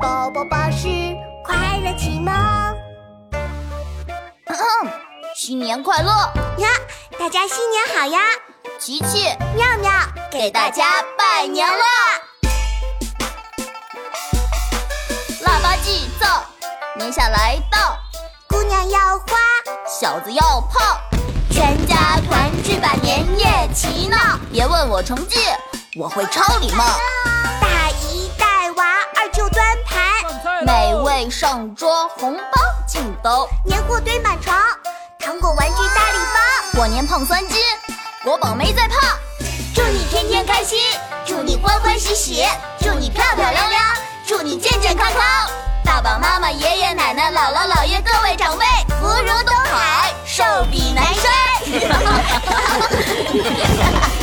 宝宝巴士快乐启蒙。新年快乐！呀，大家新年好呀！琪琪妙妙给大家拜年啦！腊八祭灶，年下来到，姑娘要花，小子要泡，全家团聚把年夜齐闹。别问我成绩，我会超礼貌，大姨带娃，二舅端盘，美味上桌，红包进兜，年货堆满床，糖果玩具大礼包。过年胖三斤，国宝没再胖。祝你天天开心，祝你欢欢喜喜，祝你漂漂亮亮，祝你健健康康。爸爸妈妈、爷爷奶奶、姥姥姥爷、各位长辈，福如东海，寿比南山。